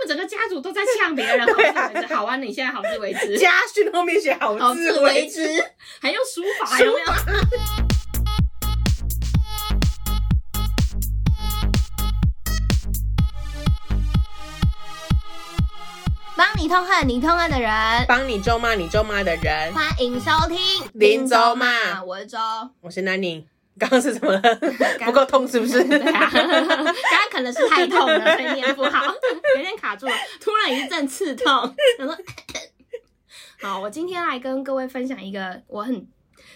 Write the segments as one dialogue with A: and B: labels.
A: 们整个家族都在呛别人，好自为之。好啊，你现在好 自为之，
B: 家训后面写好
A: 好
B: 自
A: 自
B: 为
A: 为
B: 之。
A: 之，还用书法有没有？
C: 帮你痛恨你痛恨的人，
B: 帮你咒骂你咒骂的 人，
C: 欢迎收听
B: 林州骂
C: 我是周。
B: 我是 Nanny。刚刚是怎 么了？不够痛是不是？
A: 对啊，刚刚可能是太痛了，所以念不好， 有点卡住了，突然一阵刺痛， 然后好，我今天来跟各位分享一个我很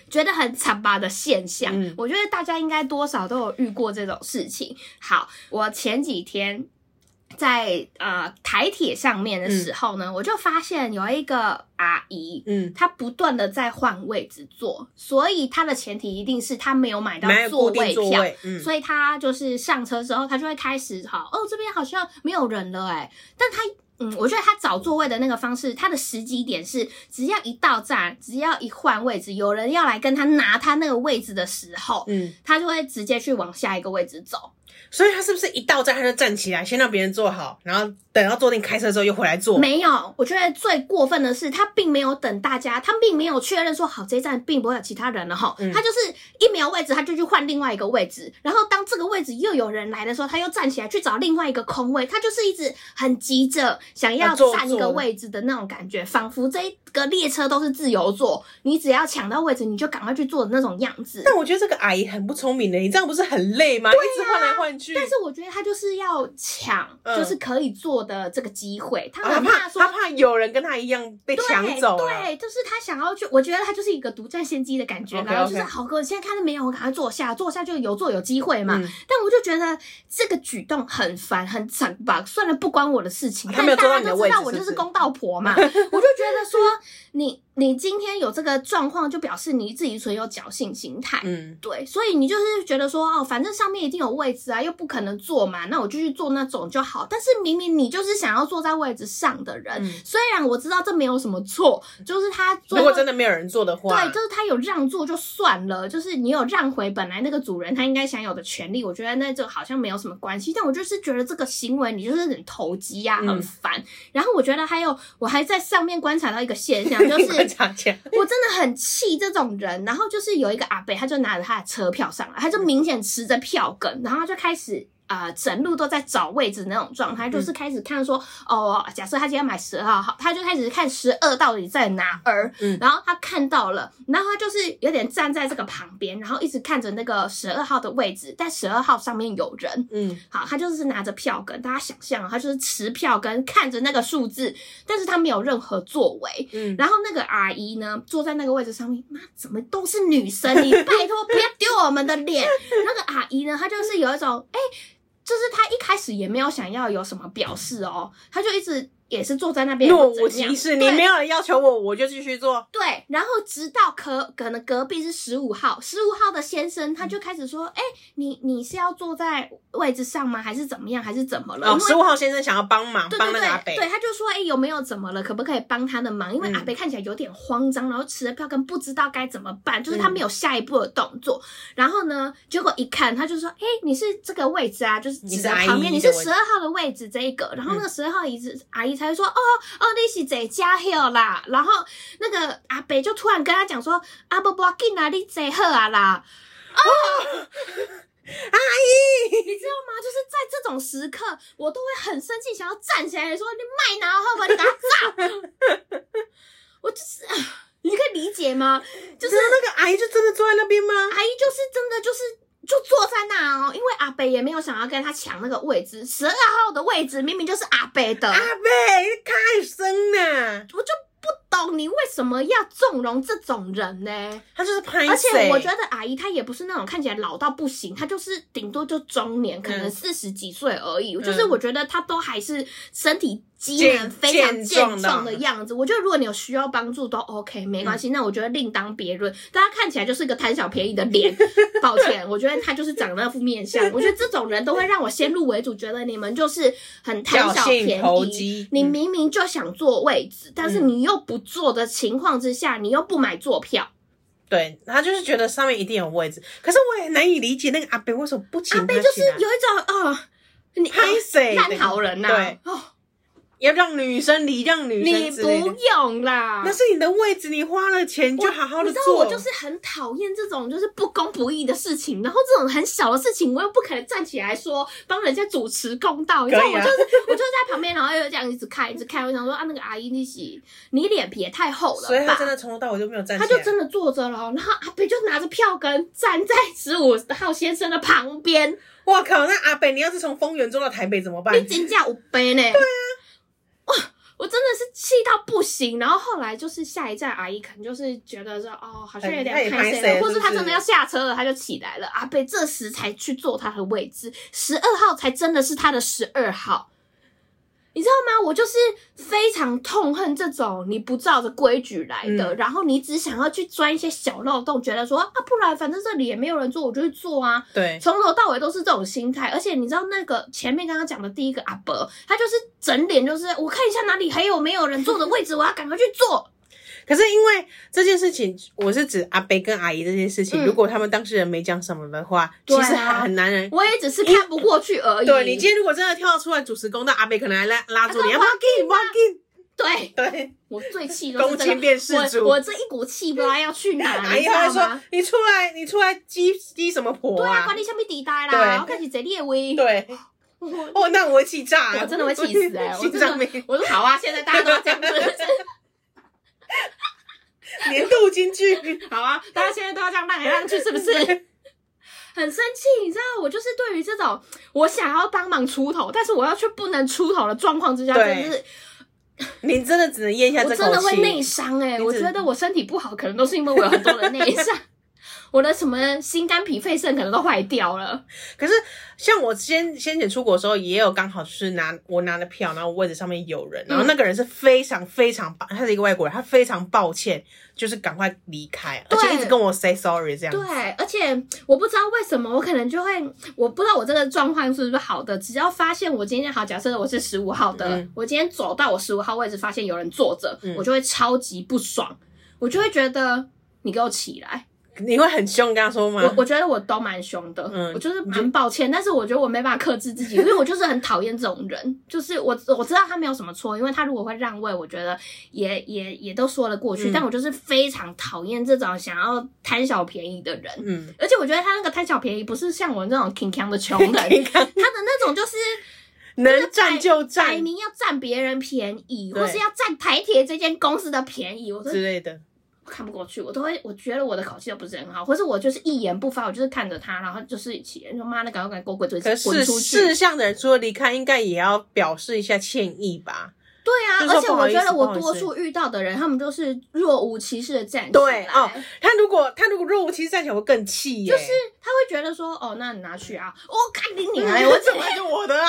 A: 觉得很惨吧的现象，
B: 嗯
A: 我觉得大家应该多少都有遇过这种事情。好，我前几天。在呃台铁上面的时候呢，我就发现有一个阿姨，
B: 嗯，
A: 她不断的在换位置坐，所以她的前提一定是她没有买到
B: 没有
A: 座
B: 固定
A: 位
B: 座
A: 票，
B: 位，嗯，
A: 所以他就是上车之后，他就会开始好哦，这边好像没有人了哎、但他嗯，我觉得他找座位的那个方式，他的时机点是，只要一到站，只要一换位置，有人要来跟他拿他那个位置的时候，
B: 嗯，
A: 他就会直接去往下一个位置走。
B: 所以他是不是一到站他就站起来，先让别人坐好，然后等到坐定开车之后又回来坐？
A: 没有，我觉得最过分的是，他并没有等大家，他并没有确认说好这一站并不会有其他人了哈，
B: 嗯
A: 他就是一没有位置，他就去换另外一个位置，然后当这个位置又有人来的时候，他又站起来去找另外一个空位，他就是一直很急着想要
B: 要坐
A: 占一个位置的那种感觉，仿佛这一个列车都是自由座，你只要抢到位置，你就赶快去坐的那种样子。
B: 但我觉得这个阿姨很不聪明的，你这样不是很累吗？一直换来换去，
A: 啊但是我觉得他就是要抢，
B: 嗯
A: 就是可以坐的这个机会，他
B: 啊他
A: 很怕
B: 怕
A: 说
B: 他怕有人跟他一样被
A: 对
B: 抢走啊了。
A: 对，就是他想要去，我觉得他就是一个独占先机的感觉
B: OK，
A: 然后就是
B: OK
A: 好哥，现在看到没有，我赶快坐下，坐下就有坐有机会嘛。
B: 嗯
A: 但我就觉得这个举动很烦，很惨吧。算了，不关我的事情，
B: 啊他
A: 但
B: 没有
A: 大
B: 坐到
A: 家
B: 你的
A: 都
B: 位
A: 知
B: 置
A: 道我
B: 是
A: 就
B: 不
A: 是
B: 是
A: 公道婆 嘛。我就觉得说，你你今天有这个状况，就表示你自己存有侥幸心态。
B: 嗯，
A: 对，所以你就是觉得说，哦，反正上面一定有位置啊，又不可能坐嘛，那我就去坐那种就好。但是明明你就是想要坐在位置上的人，
B: 嗯
A: 虽然我知道这没有什么错，就是他最
B: 如
A: 后
B: 果真的没有人坐的话，
A: 对，就是他有让座就算了，就是你有让回本来那个主人他应该享有的权利，我觉得那就好像没有什么关系。但我就是觉得这个行为你就是很投机呀、
B: 嗯
A: 很烦。然后我觉得还有，我还在上面观察到一个现 象，就
B: 观
A: 是
B: 察家
A: 我真的很气这种人。然后就是有一个阿伯，他就拿着他的车票上来，他就明显持着票根，然后他就开始。啊、整路都在找位置那种状态，就是开始看说，哦，假设他今天买十号，好，他就开始看十二到底在哪儿，
B: 嗯
A: 然后他看到了，然后他就是有点站在这个旁边，然后一直看着那个十二号的位置，但十二号上面有人，
B: 嗯，
A: 好，他就是拿着票根，大家想象哦，他就是持票根看着那个数字，但是他没有任何作为。
B: 嗯
A: 然后那个阿姨呢，坐在那个位置上面，妈，怎么都是女生？你拜托不要丢我们的 脸。那个阿姨呢，她就是有一种，哎、就是她一开始也没有想要有什么表示哦，她就一直也是坐在那边
B: 若
A: 或
B: 无
A: 怎样
B: 其事，
A: 对
B: 你没有人要求我，我就继续做。
A: 对，然后直到可可能隔壁是十五号，十五号的先生他就开始说：“哎、你你是要坐在位置上吗？还是怎么样？还是怎么了？”
B: 哦，
A: 因为
B: 十五号先生想要帮忙，
A: 对
B: 帮
A: 对
B: 那
A: 对
B: 个阿北，
A: 对，他就说：“哎、有没有怎么了？可不可以帮他的忙？因为
B: 嗯
A: 阿北看起来有点慌张，然后持着票根不知道该怎么办，就是他
B: 嗯
A: 没有下一步的动作。然后呢，结果一看，他就说：‘哎、你是这个位置啊，就是
B: 你
A: 指
B: 是
A: 着
B: 阿
A: 旁
B: 姨
A: 边，你
B: 的
A: 是
B: 位
A: 十
B: 置嗯
A: 二号的位置这一个。’然后那个十二号椅子、阿姨才会说：‘哦哦，你是在家 hill 啦。’然后那个阿北就突然跟他讲说：‘啊，不不，紧啊，你坐好啊啦。’你知道吗？就是在这种时刻，我都会很生气，想要站起来说：“你卖拿后吧，你给他炸！”我 就是，啊你可以理解吗？就是
B: 真的那个阿姨就真的坐在那边吗？
A: 阿姨，就是真的就是。就坐在那哦，因为阿北也没有想要跟他抢那个位置，十二号的位置明明就是阿北的，
B: 阿北，你太深了，
A: 我就不懂你为什么要纵容这种人呢？
B: 他就是拍
A: 而且我觉
B: 得
A: 得阿姨她也不是那种看起来老到不行，她就是顶多就中年，可能
B: 嗯
A: 四十几岁而已。就是我觉得她都还是身体机
B: 健
A: 能非常
B: 健壮
A: 健
B: 的
A: 壮的样子。我觉得如果你有需要帮助都 OK，没关系。
B: 嗯
A: 那我觉得另当别论。但她看起来就是一个贪小便宜的 脸，抱歉，我觉得她就是长那副面相。我觉得这种人都会让我先入为主，觉得你们就是很贪小
B: 侥
A: 便
B: 幸投
A: 宜。
B: 机，
A: 你明明就想坐位置，但是
B: 嗯
A: 你又不坐的情况之下，你又不买坐票。
B: 对他就是觉得上面一定有位置，可是我也难以理解那个阿北为什么不请
A: 阿
B: 他
A: 贝
B: 起
A: 就是
B: 来。
A: 有一种哦，你
B: 拍谁？
A: 烂好人呐、
B: 对，
A: 哦，
B: 要让女生离，让女
A: 你
B: 生之类的
A: 不用啦。
B: 那是你的位置，你花了钱就好好
A: 你
B: 的
A: 知
B: 做。
A: 道我就是很讨厌这种就是不公不义的事情，然后这种很小的事情我又不可能站起来说帮人家主持公道，你知道
B: 可以
A: 我
B: 啊
A: 就是我就是在旁边，然后又这样一直看一直看，我想说啊那个阿姨你洗你脸皮也太厚了吧，
B: 所以他真的从头到尾就没有站起
A: 他
B: 来，
A: 就真的坐着了，然后阿北就拿着票根站在十五号先生的旁边，
B: 我靠！那阿北，你要是从丰原坐到台北怎么办？
A: 你真价五杯呢？对啊，哇，我真的是气到不行。然后后来就是下一站阿姨可能就是觉得说，哦，好像有点
B: 哎太
A: 拍
B: 拍
A: 谁
B: 谁
A: 了，
B: 了
A: 或是
B: 是不
A: 他
B: 是
A: 真的要下车了，他就起来了。阿北这时才去坐他的位置，十二号才真的是他的十二号。你知道吗？我就是非常痛恨这种你不照着规矩来的，
B: 嗯
A: 然后你只想要去钻一些小漏洞，觉得说啊，不然反正这里也没有人做，我就去做啊。
B: 对，
A: 从头到尾都是这种心态，而且你知道那个前面刚刚讲的第一个阿伯，他就是整脸就是我看一下哪里还有没有人坐的位置，我要赶快去坐。
B: 可是因为这件事情，我是指阿北跟阿姨这件事
A: 嗯
B: 情，如果他们当事人没讲什么的话，
A: 对啊哦
B: 其实很难人。
A: 我也只是看不过去而已。
B: 对你今天如果真的跳出来主持公道，阿北可能还拉拉住你，
A: 啊
B: 要不要给你？不要
A: 对
B: 给你？对，
A: 我最气就是
B: 公
A: 这
B: 亲
A: 个。
B: 变事
A: 我
B: 主。
A: 我这一股气不知道要去哪，
B: 阿
A: 你
B: 姨
A: 知
B: 还
A: 道
B: 会哎说
A: 吗？：“
B: 你出来，你出来激激什么婆
A: 对啊，
B: 啊
A: 管你下面地带
B: 对
A: 啦，我看是谁列位？”，
B: 对，
A: 我
B: 哦，那我会气炸欸，
A: 我真的会气死 哎！我
B: 心
A: 真
B: 脏
A: 的
B: 病，
A: 我说好啊，现在大家都要这样子。
B: 年度金句。
A: 好啊，大家现在都要这样让来让去，是不是？很生气，你知道，我就是对于这种我想要帮忙出头，但是我要却不能出头的状况之下，
B: 对
A: 真是
B: 你真的只能咽下
A: 我
B: 这口气。
A: 真的会内伤哎、
B: 你
A: 我
B: 只
A: 觉得我身体不好，可能都是因为我有很多的 内伤，我的什么心肝脾肺肾可能都坏掉了。
B: 可是像我先先前出国的时候，也有刚好就是拿我拿了票，然后我位置上面有人，然后那个人是非常非常抱，他是一个外国人，他非常抱歉，就是赶快离开，而
A: 对
B: 且一直跟我 say sorry 这样。
A: 对，而且我不知道为什么，我可能就会，我不知道我这个状况是不是好的。只要发现我今天好，假设我是十五号的，
B: 嗯
A: 我今天走到我十五号位置，发现有人坐着，
B: 嗯
A: 我就会超级不爽，我就会觉得你给我起来。
B: 你会很凶跟他说吗
A: 我？我觉得我都蛮凶的，
B: 嗯
A: 我就是蛮抱歉，但是我觉得我没办法克制自己，因为我就是很讨厌这种人。就是我我知道他没有什么错，因为他如果会让位，我觉得也也也都说得过去。
B: 嗯
A: 但我就是非常讨厌这种想要贪小便宜的人。
B: 嗯，
A: 而且我觉得他那个贪小便宜，不是像我这种 挺强的穷人，他的那种就是
B: 能站就
A: 摆
B: 站
A: 明要占别人便宜，
B: 对
A: 或是要占台铁这间公司的便宜，我都
B: 之类的。
A: 看不过去，我都会我觉得我的口气都不是很好，或是我就是一言不发，我就是看着他，然后就是一起说妈，那赶快赶快给我滚出
B: 可
A: 去，滚
B: 是
A: 出去
B: 事！项的人除了离开，应该也要表示一下歉意吧？
A: 对
B: 就
A: 啊，
B: 说
A: 而且
B: 不
A: 我
B: 好意思
A: 觉得我
B: 不好意思
A: 多数遇到的人，他们都是若无其事的站起
B: 对
A: 来
B: 哦他如果他如果若无其事站起来，我更气耶。
A: 就是他会觉得说，哦，那你拿去啊，我看你你来，
B: 哎，
A: 我
B: 我
A: 怎
B: 怎
A: 么
B: 么就我的啊？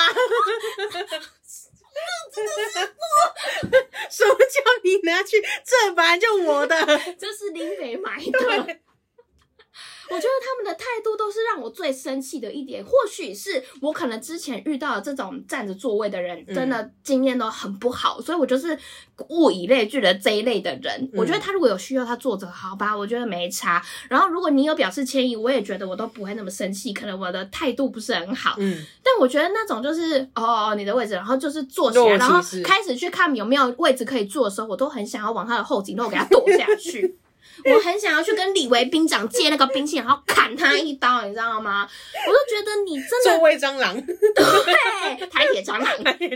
B: 什么叫你拿去？这本来就我的。
A: 这是林北买的。我觉得他们的态度都是让我最生气的一点，或许是我可能之前遇到的这种站着座位的人，
B: 嗯
A: 真的经验都很不好，所以我就是物以类聚的这一类的人。我觉得他如果有需要，他坐着好吧，我觉得没差。然后如果你有表示歉意，我也觉得我都不会那么生气，可能我的态度不是很好。
B: 嗯，
A: 但我觉得那种就是哦，你的位置，然后就是坐起
B: 若
A: 来，
B: 无
A: 然后
B: 其事
A: 开始去看有没有位置可以坐的时候，我都很想要往他的后颈肉给他剁下去。我很想要去跟李维兵长借那个兵器，然后砍他一刀，你知道吗？我就觉得你真
B: 座
A: 的
B: 位蟑螂，
A: 对台铁蟑螂很讨厌，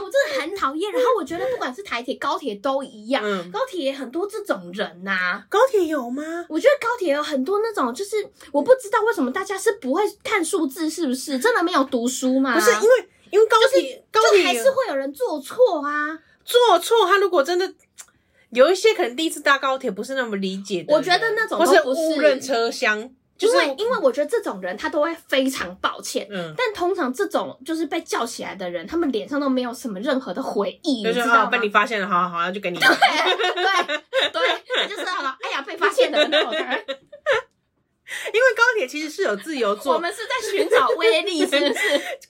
A: 我真的很讨厌。然后我觉得不管是台铁、高铁都一样，
B: 嗯，
A: 高铁也很多这种人呐、
B: 高铁有吗？
A: 我觉得高铁有很多那种，就是我不知道为什么大家是不会看数字，是不是真的没有读书吗？
B: 不是因为因为高铁高
A: 就还
B: 铁
A: 是会有人做错啊。
B: 做错，他如果真的。有一些可能第一次搭高铁不是那么理解的人，
A: 我觉得那种
B: 或
A: 都
B: 是
A: 不是
B: 误认车厢，就是
A: 因为因为我觉得这种人他都会非常抱歉，
B: 嗯，
A: 但通常这种就是被叫起来的人，他们脸上都没有什么任何的回忆，
B: 就
A: 你
B: 是
A: 知道
B: 哦
A: 吗？
B: 被你发现了，好好好，那就给你。
A: 对 对对，他就是好，哎呀，被发现了，那我当然
B: 因为高铁其实是有自由
A: 我
B: 座，
A: 们是在寻找威力，是不是？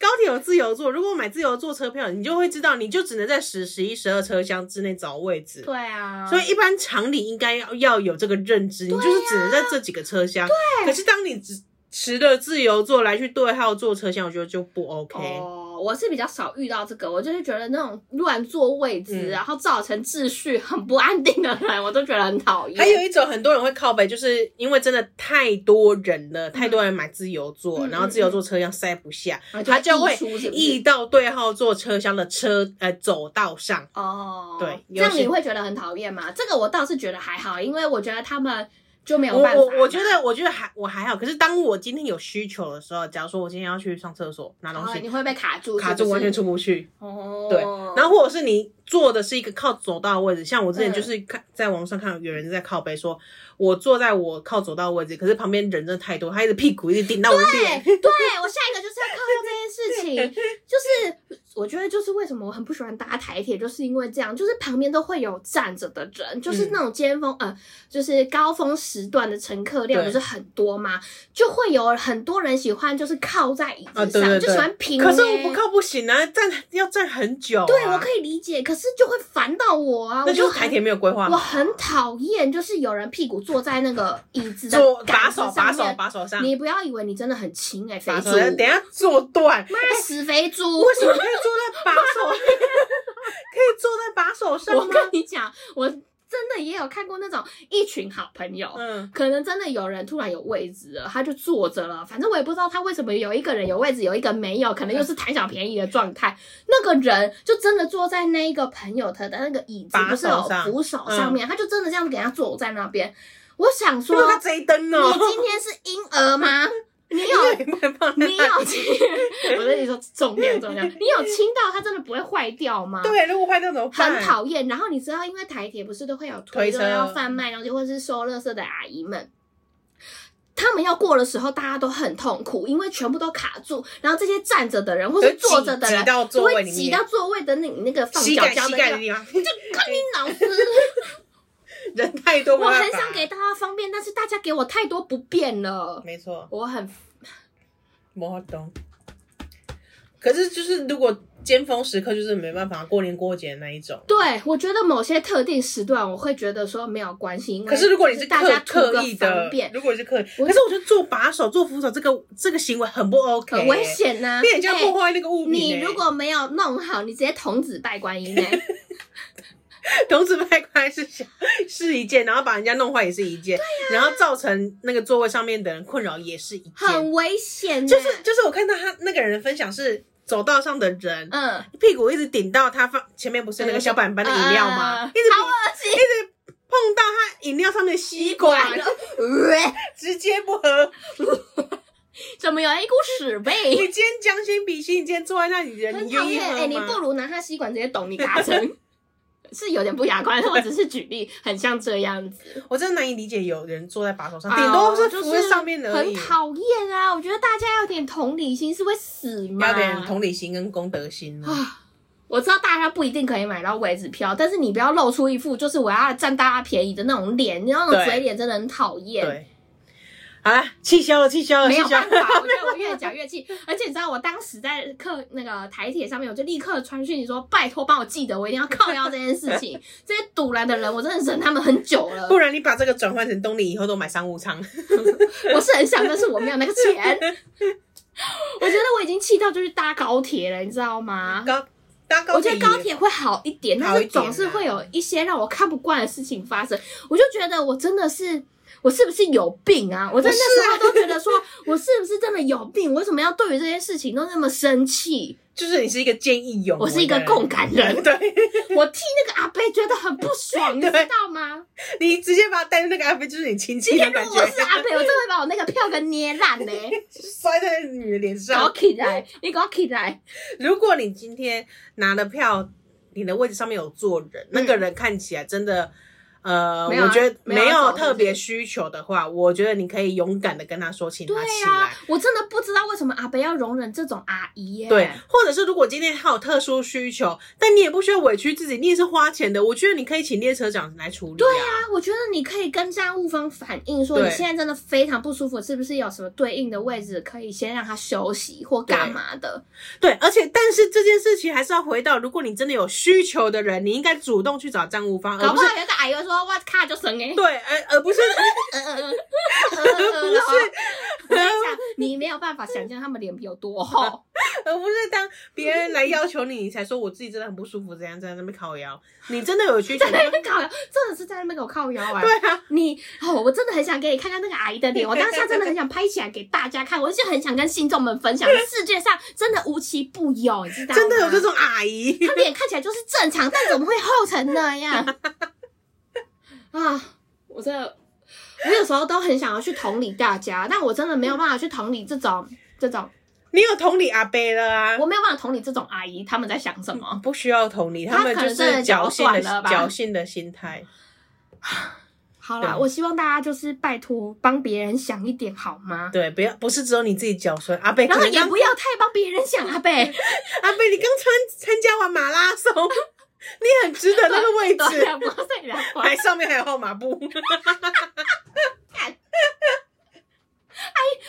B: 高铁有自由座，如果买自由座车票，你就会知道，你就只能在十、十一、十二车厢之内找位置。
A: 对啊，
B: 所以一般常理应该要要有这个认知，你就是只能在这几个车厢。对。可是当你只持着自由座来去对号坐车厢，我觉得就不 OK。
A: 哦，我是比较少遇到这个，我就是觉得那种乱坐位置，
B: 嗯
A: 然后造成秩序很不安定的人，我都觉得很讨厌。
B: 还有一种很多人会靠背，就是因为真的太多人了，太多人买自由座，
A: 嗯
B: 然后自由座车厢塞不下，
A: 啊
B: 他就会
A: 溢出是不是
B: 溢到对号座车厢的车呃走道上。
A: 哦，
B: 对
A: 这样
B: 尤其
A: 你会觉得很讨厌吗？这个我倒是觉得还好，因为我觉得他们就没有
B: 我
A: 办法。
B: 我我觉得我觉得还我还好，可是当我今天有需求的时候，假如说我今天要去上厕所拿东
A: 哦
B: 西，
A: 你会被卡住，
B: 卡
A: 是
B: 住
A: 不
B: 完
A: 是
B: 全出不去。
A: 哦，
B: 对，然
A: 后
B: 后或者是你坐的是一个靠走道的位置，像我之前
A: 嗯
B: 就是看在网上看有人在靠背说，我坐在我靠走道的位置，可是旁边人真的太多，他一直屁股一直顶到我
A: 对
B: 脸。
A: 对，哎我下一个就是要靠这件事 情，就是我觉得就是为什么我很不喜欢搭台铁，就是因为这样，就是旁边都会有站着的人，
B: 嗯
A: 就是那种尖峰，呃，就是高峰时段的乘客量
B: 对
A: 不是很多嘛，就会有很多人喜欢就是靠在椅子上，
B: 啊对对对
A: 就喜欢平、
B: 可是我不。靠不行啊，站要站很久、啊。
A: 欸对，我
B: 以。
A: 可以理解，可是就会烦到我啊！
B: 那
A: 我
B: 就
A: 就是很
B: 台铁没有规划
A: 我
B: 好，
A: 很讨厌，就是有人屁股坐在那个椅子的
B: 坐
A: 杆
B: 把
A: 子
B: 手
A: 上
B: 把手
A: 面
B: 把手上，
A: 你不要以为你真的很轻哎、
B: 把
A: 肥
B: 手
A: 猪，
B: 上等一下坐断。
A: 妈死肥 猪！
B: 为什么可以坐在把手？ 可以坐在把手上
A: 我
B: 吗？
A: 跟你讲，我真的也有看过那种一群好朋友。
B: 嗯，
A: 可能真的有人突然有位置了，他就坐着了。反正我也不知道他为什么有一个人有位置，有一个没有，可能又是贪小便宜的状态。
B: 嗯
A: 那个人就真的坐在那一个朋友他的那个椅子，
B: 把
A: 不是
B: 手
A: 有
B: 上
A: 扶手上面，他就真的这样给他坐在那边。我想
B: 是
A: 说
B: 不，是他贼灯
A: 你
B: 哦？
A: 今天是婴儿吗？ 你有
B: 你有放在
A: 你
B: 那
A: 有亲，我跟你说重点重点，你有亲到它真的不会坏掉吗？，
B: 对，如果坏掉怎么办？
A: 很讨厌。然后你知道，因为台铁不是都会有
B: 推
A: 推
B: 车
A: 车要贩卖东西或者是收垃圾的阿姨们。他们要过的时候，大家都很痛苦，因为全部都卡住，然后这些站着的人或
B: 就是挤
A: 坐着的人
B: 挤到座
A: 就
B: 位
A: 会
B: 里面
A: 挤到座位的那那个放
B: 膝
A: 脚
B: 盖
A: 胶
B: 膝
A: 的
B: 盖
A: 那
B: 的
A: 个，
B: 地方，
A: 看你老师，
B: 人太多，
A: 我
B: 没办
A: 很
B: 法
A: 想给。大家方便，但是大家给我太多不便了，
B: 没错，
A: 我很
B: 我懂。可是就是如果尖峰时刻，就是没办法过年过节那一种。
A: 对，我觉得某些特定时段，我会觉得说没有关系，因为
B: 可是如果你
A: 就是大家
B: 刻
A: 图个
B: 刻意
A: 方
B: 的
A: 便，，
B: 如果你是刻意，
A: 我
B: 可是我觉得做把手、做扶手这个这个行为很不 OK，
A: 很危，险呐、
B: 你很像
A: 哎
B: 破坏那个物品欸。
A: 你如果没有弄好，你直接童子拜观音呢、欸
B: 童子拜关是小是一件，然后把人家弄坏也是一件，然后造成那个座位上面的人困扰也是一件。
A: 很危险、欸呢
B: 就是就是我看到他那个人的分享是走道上的人，
A: 嗯，
B: 屁股一直顶到他放前面不是那个小板板的饮料吗？
A: 嗯
B: 一直
A: 好恶
B: 一
A: 心，
B: 直碰到他饮料上面的吸管， 直接不喝。
A: 呃怎么有一股屎
B: 你
A: 味？
B: 今天将心比心，你今天坐在那里人，
A: 很
B: 你
A: 讨
B: 愿意
A: 厌哎、你
B: 喝
A: 不
B: 吗？
A: 如拿他吸管直接捅你嘎成。 是有点不雅观，我只是举例，很像这样子。
B: 我真的难以理解有人坐在把手上，
A: 啊
B: 顶多是
A: 就
B: 扶在上面而
A: 很
B: 已。
A: 讨厌啊！我觉得大家有点同理心是会死吗？
B: 要点同理心跟公德心啊。
A: 啊，我知道大家不一定可以买到位置票，但是你不要露出一副就是我要占大家便宜的那种脸，你知道那
B: 对
A: 种嘴脸真的很讨厌。
B: 对，好了，气消了，气消了，
A: 没
B: 气
A: 有
B: 消
A: 办
B: 了。
A: 法，我觉得我越讲越气， 而且你知道，我当时在客那个台铁上面，我就立刻传讯你说，拜托帮我记得，我一定要靠腰这件事 情。这些堵拦的人，我真的忍他们很久了
B: 不。然你把这个转换成动力，以后都买商务舱。
A: 我是很想，但是我没有那个钱。我觉得我已经气到就是搭高铁了，你知道吗？
B: 高搭高
A: 我
B: 铁
A: 觉
B: 也，
A: 得高铁会好一点，但
B: 好一
A: 是
B: 点
A: 总是
B: 啊
A: 会有一些让我看不惯的事情发生。我就觉得我真的是，我是不是有病啊？我在那时候都觉得说，我是不是真的有病？为什么要对于这些事情都那么生气？
B: 就是你是一个见义勇为的人，，
A: 我是一个共感人
B: 对
A: 我替那个阿贝觉得很不爽，你知
B: 对
A: 道吗？
B: 你直接把他带入那个阿飞，就是你亲
A: 今
B: 戚
A: 天
B: 的
A: 如果
B: 感觉
A: 我，是阿贝，我真的会把我那个票根捏烂呢、
B: 摔在你的脸
A: 给我
B: 上。
A: 起来，你给我起来！
B: 如果你今天拿了票，你的位置上面有坐人，那个人看起来真的。呃，
A: 没有啊
B: 我觉得
A: 没有啊
B: 没有
A: 走
B: 特别需求的话，我觉得你可以勇敢的跟他说，请
A: 对
B: 他起
A: 呀、
B: 来
A: 啊。，我真的不知道为什么阿贝要容忍这种阿姨耶、
B: 对，或者是如果今天他有特殊需求，但你也不需要委屈自己，你也是花钱的，我觉得你可以请列车长来处理、啊。对啊，
A: 啊，我觉得你可以跟站务方反映说，
B: 对
A: 你现在真的非常不舒服，是不是有什么对应的位置可以先让他休息或干嘛的？
B: 对，而且但是这件事情还是要回到，如果你真的有需求的人，你应该主动去找站务方，而
A: 搞
B: 不
A: 不
B: 是
A: 好有一个阿姨会说：“哇，卡就神哎。
B: 对，而而不是
A: 嗯”嗯嗯嗯嗯嗯，不
B: 不是
A: 我跟你讲，你没有办法想象他们脸皮有多厚，
B: 而不是当别人来要求你，你才说我自己真的很不舒服，怎样怎样在那边靠腰。你真的有需求，
A: 在
B: 你
A: 那
B: 就
A: 边搞腰，真的是在那边给我靠腰啊！
B: 对啊，
A: 你哦，我真的很想给你看看那个阿姨的脸，我当下真的很想拍起来给大家看，我就很想跟信众们分 享，世界上真的无奇不有，你知道吗？
B: 真的有这，种阿姨。
A: 她脸看起来就是正常，但怎么会厚成那 样？啊，我真的，我有时候都很想要去同理大家，但我真的没有办法去同理这种这种，
B: 你有同理阿贝了啊
A: 我？没有办法同理这种阿姨他们在想什么。
B: 不需要同理，
A: 他
B: 他们
A: 可
B: 就
A: 能真的
B: 是侥
A: 脚
B: 幸
A: 软了
B: 的
A: 吧
B: 侥幸的心态。
A: 好啦，
B: 对
A: 我希望大家就是拜托帮别人想一点好吗？
B: 对，不要不是只有你自己脚酸，阿贝可
A: 然后
B: 能
A: 也
B: 刚
A: 不要太帮别人想啊呗，
B: 阿贝，你刚参参加完马拉松， 你很值得那个 位
A: 对
B: 置，
A: 啊，不要再聊了
B: 还上面还有号码布，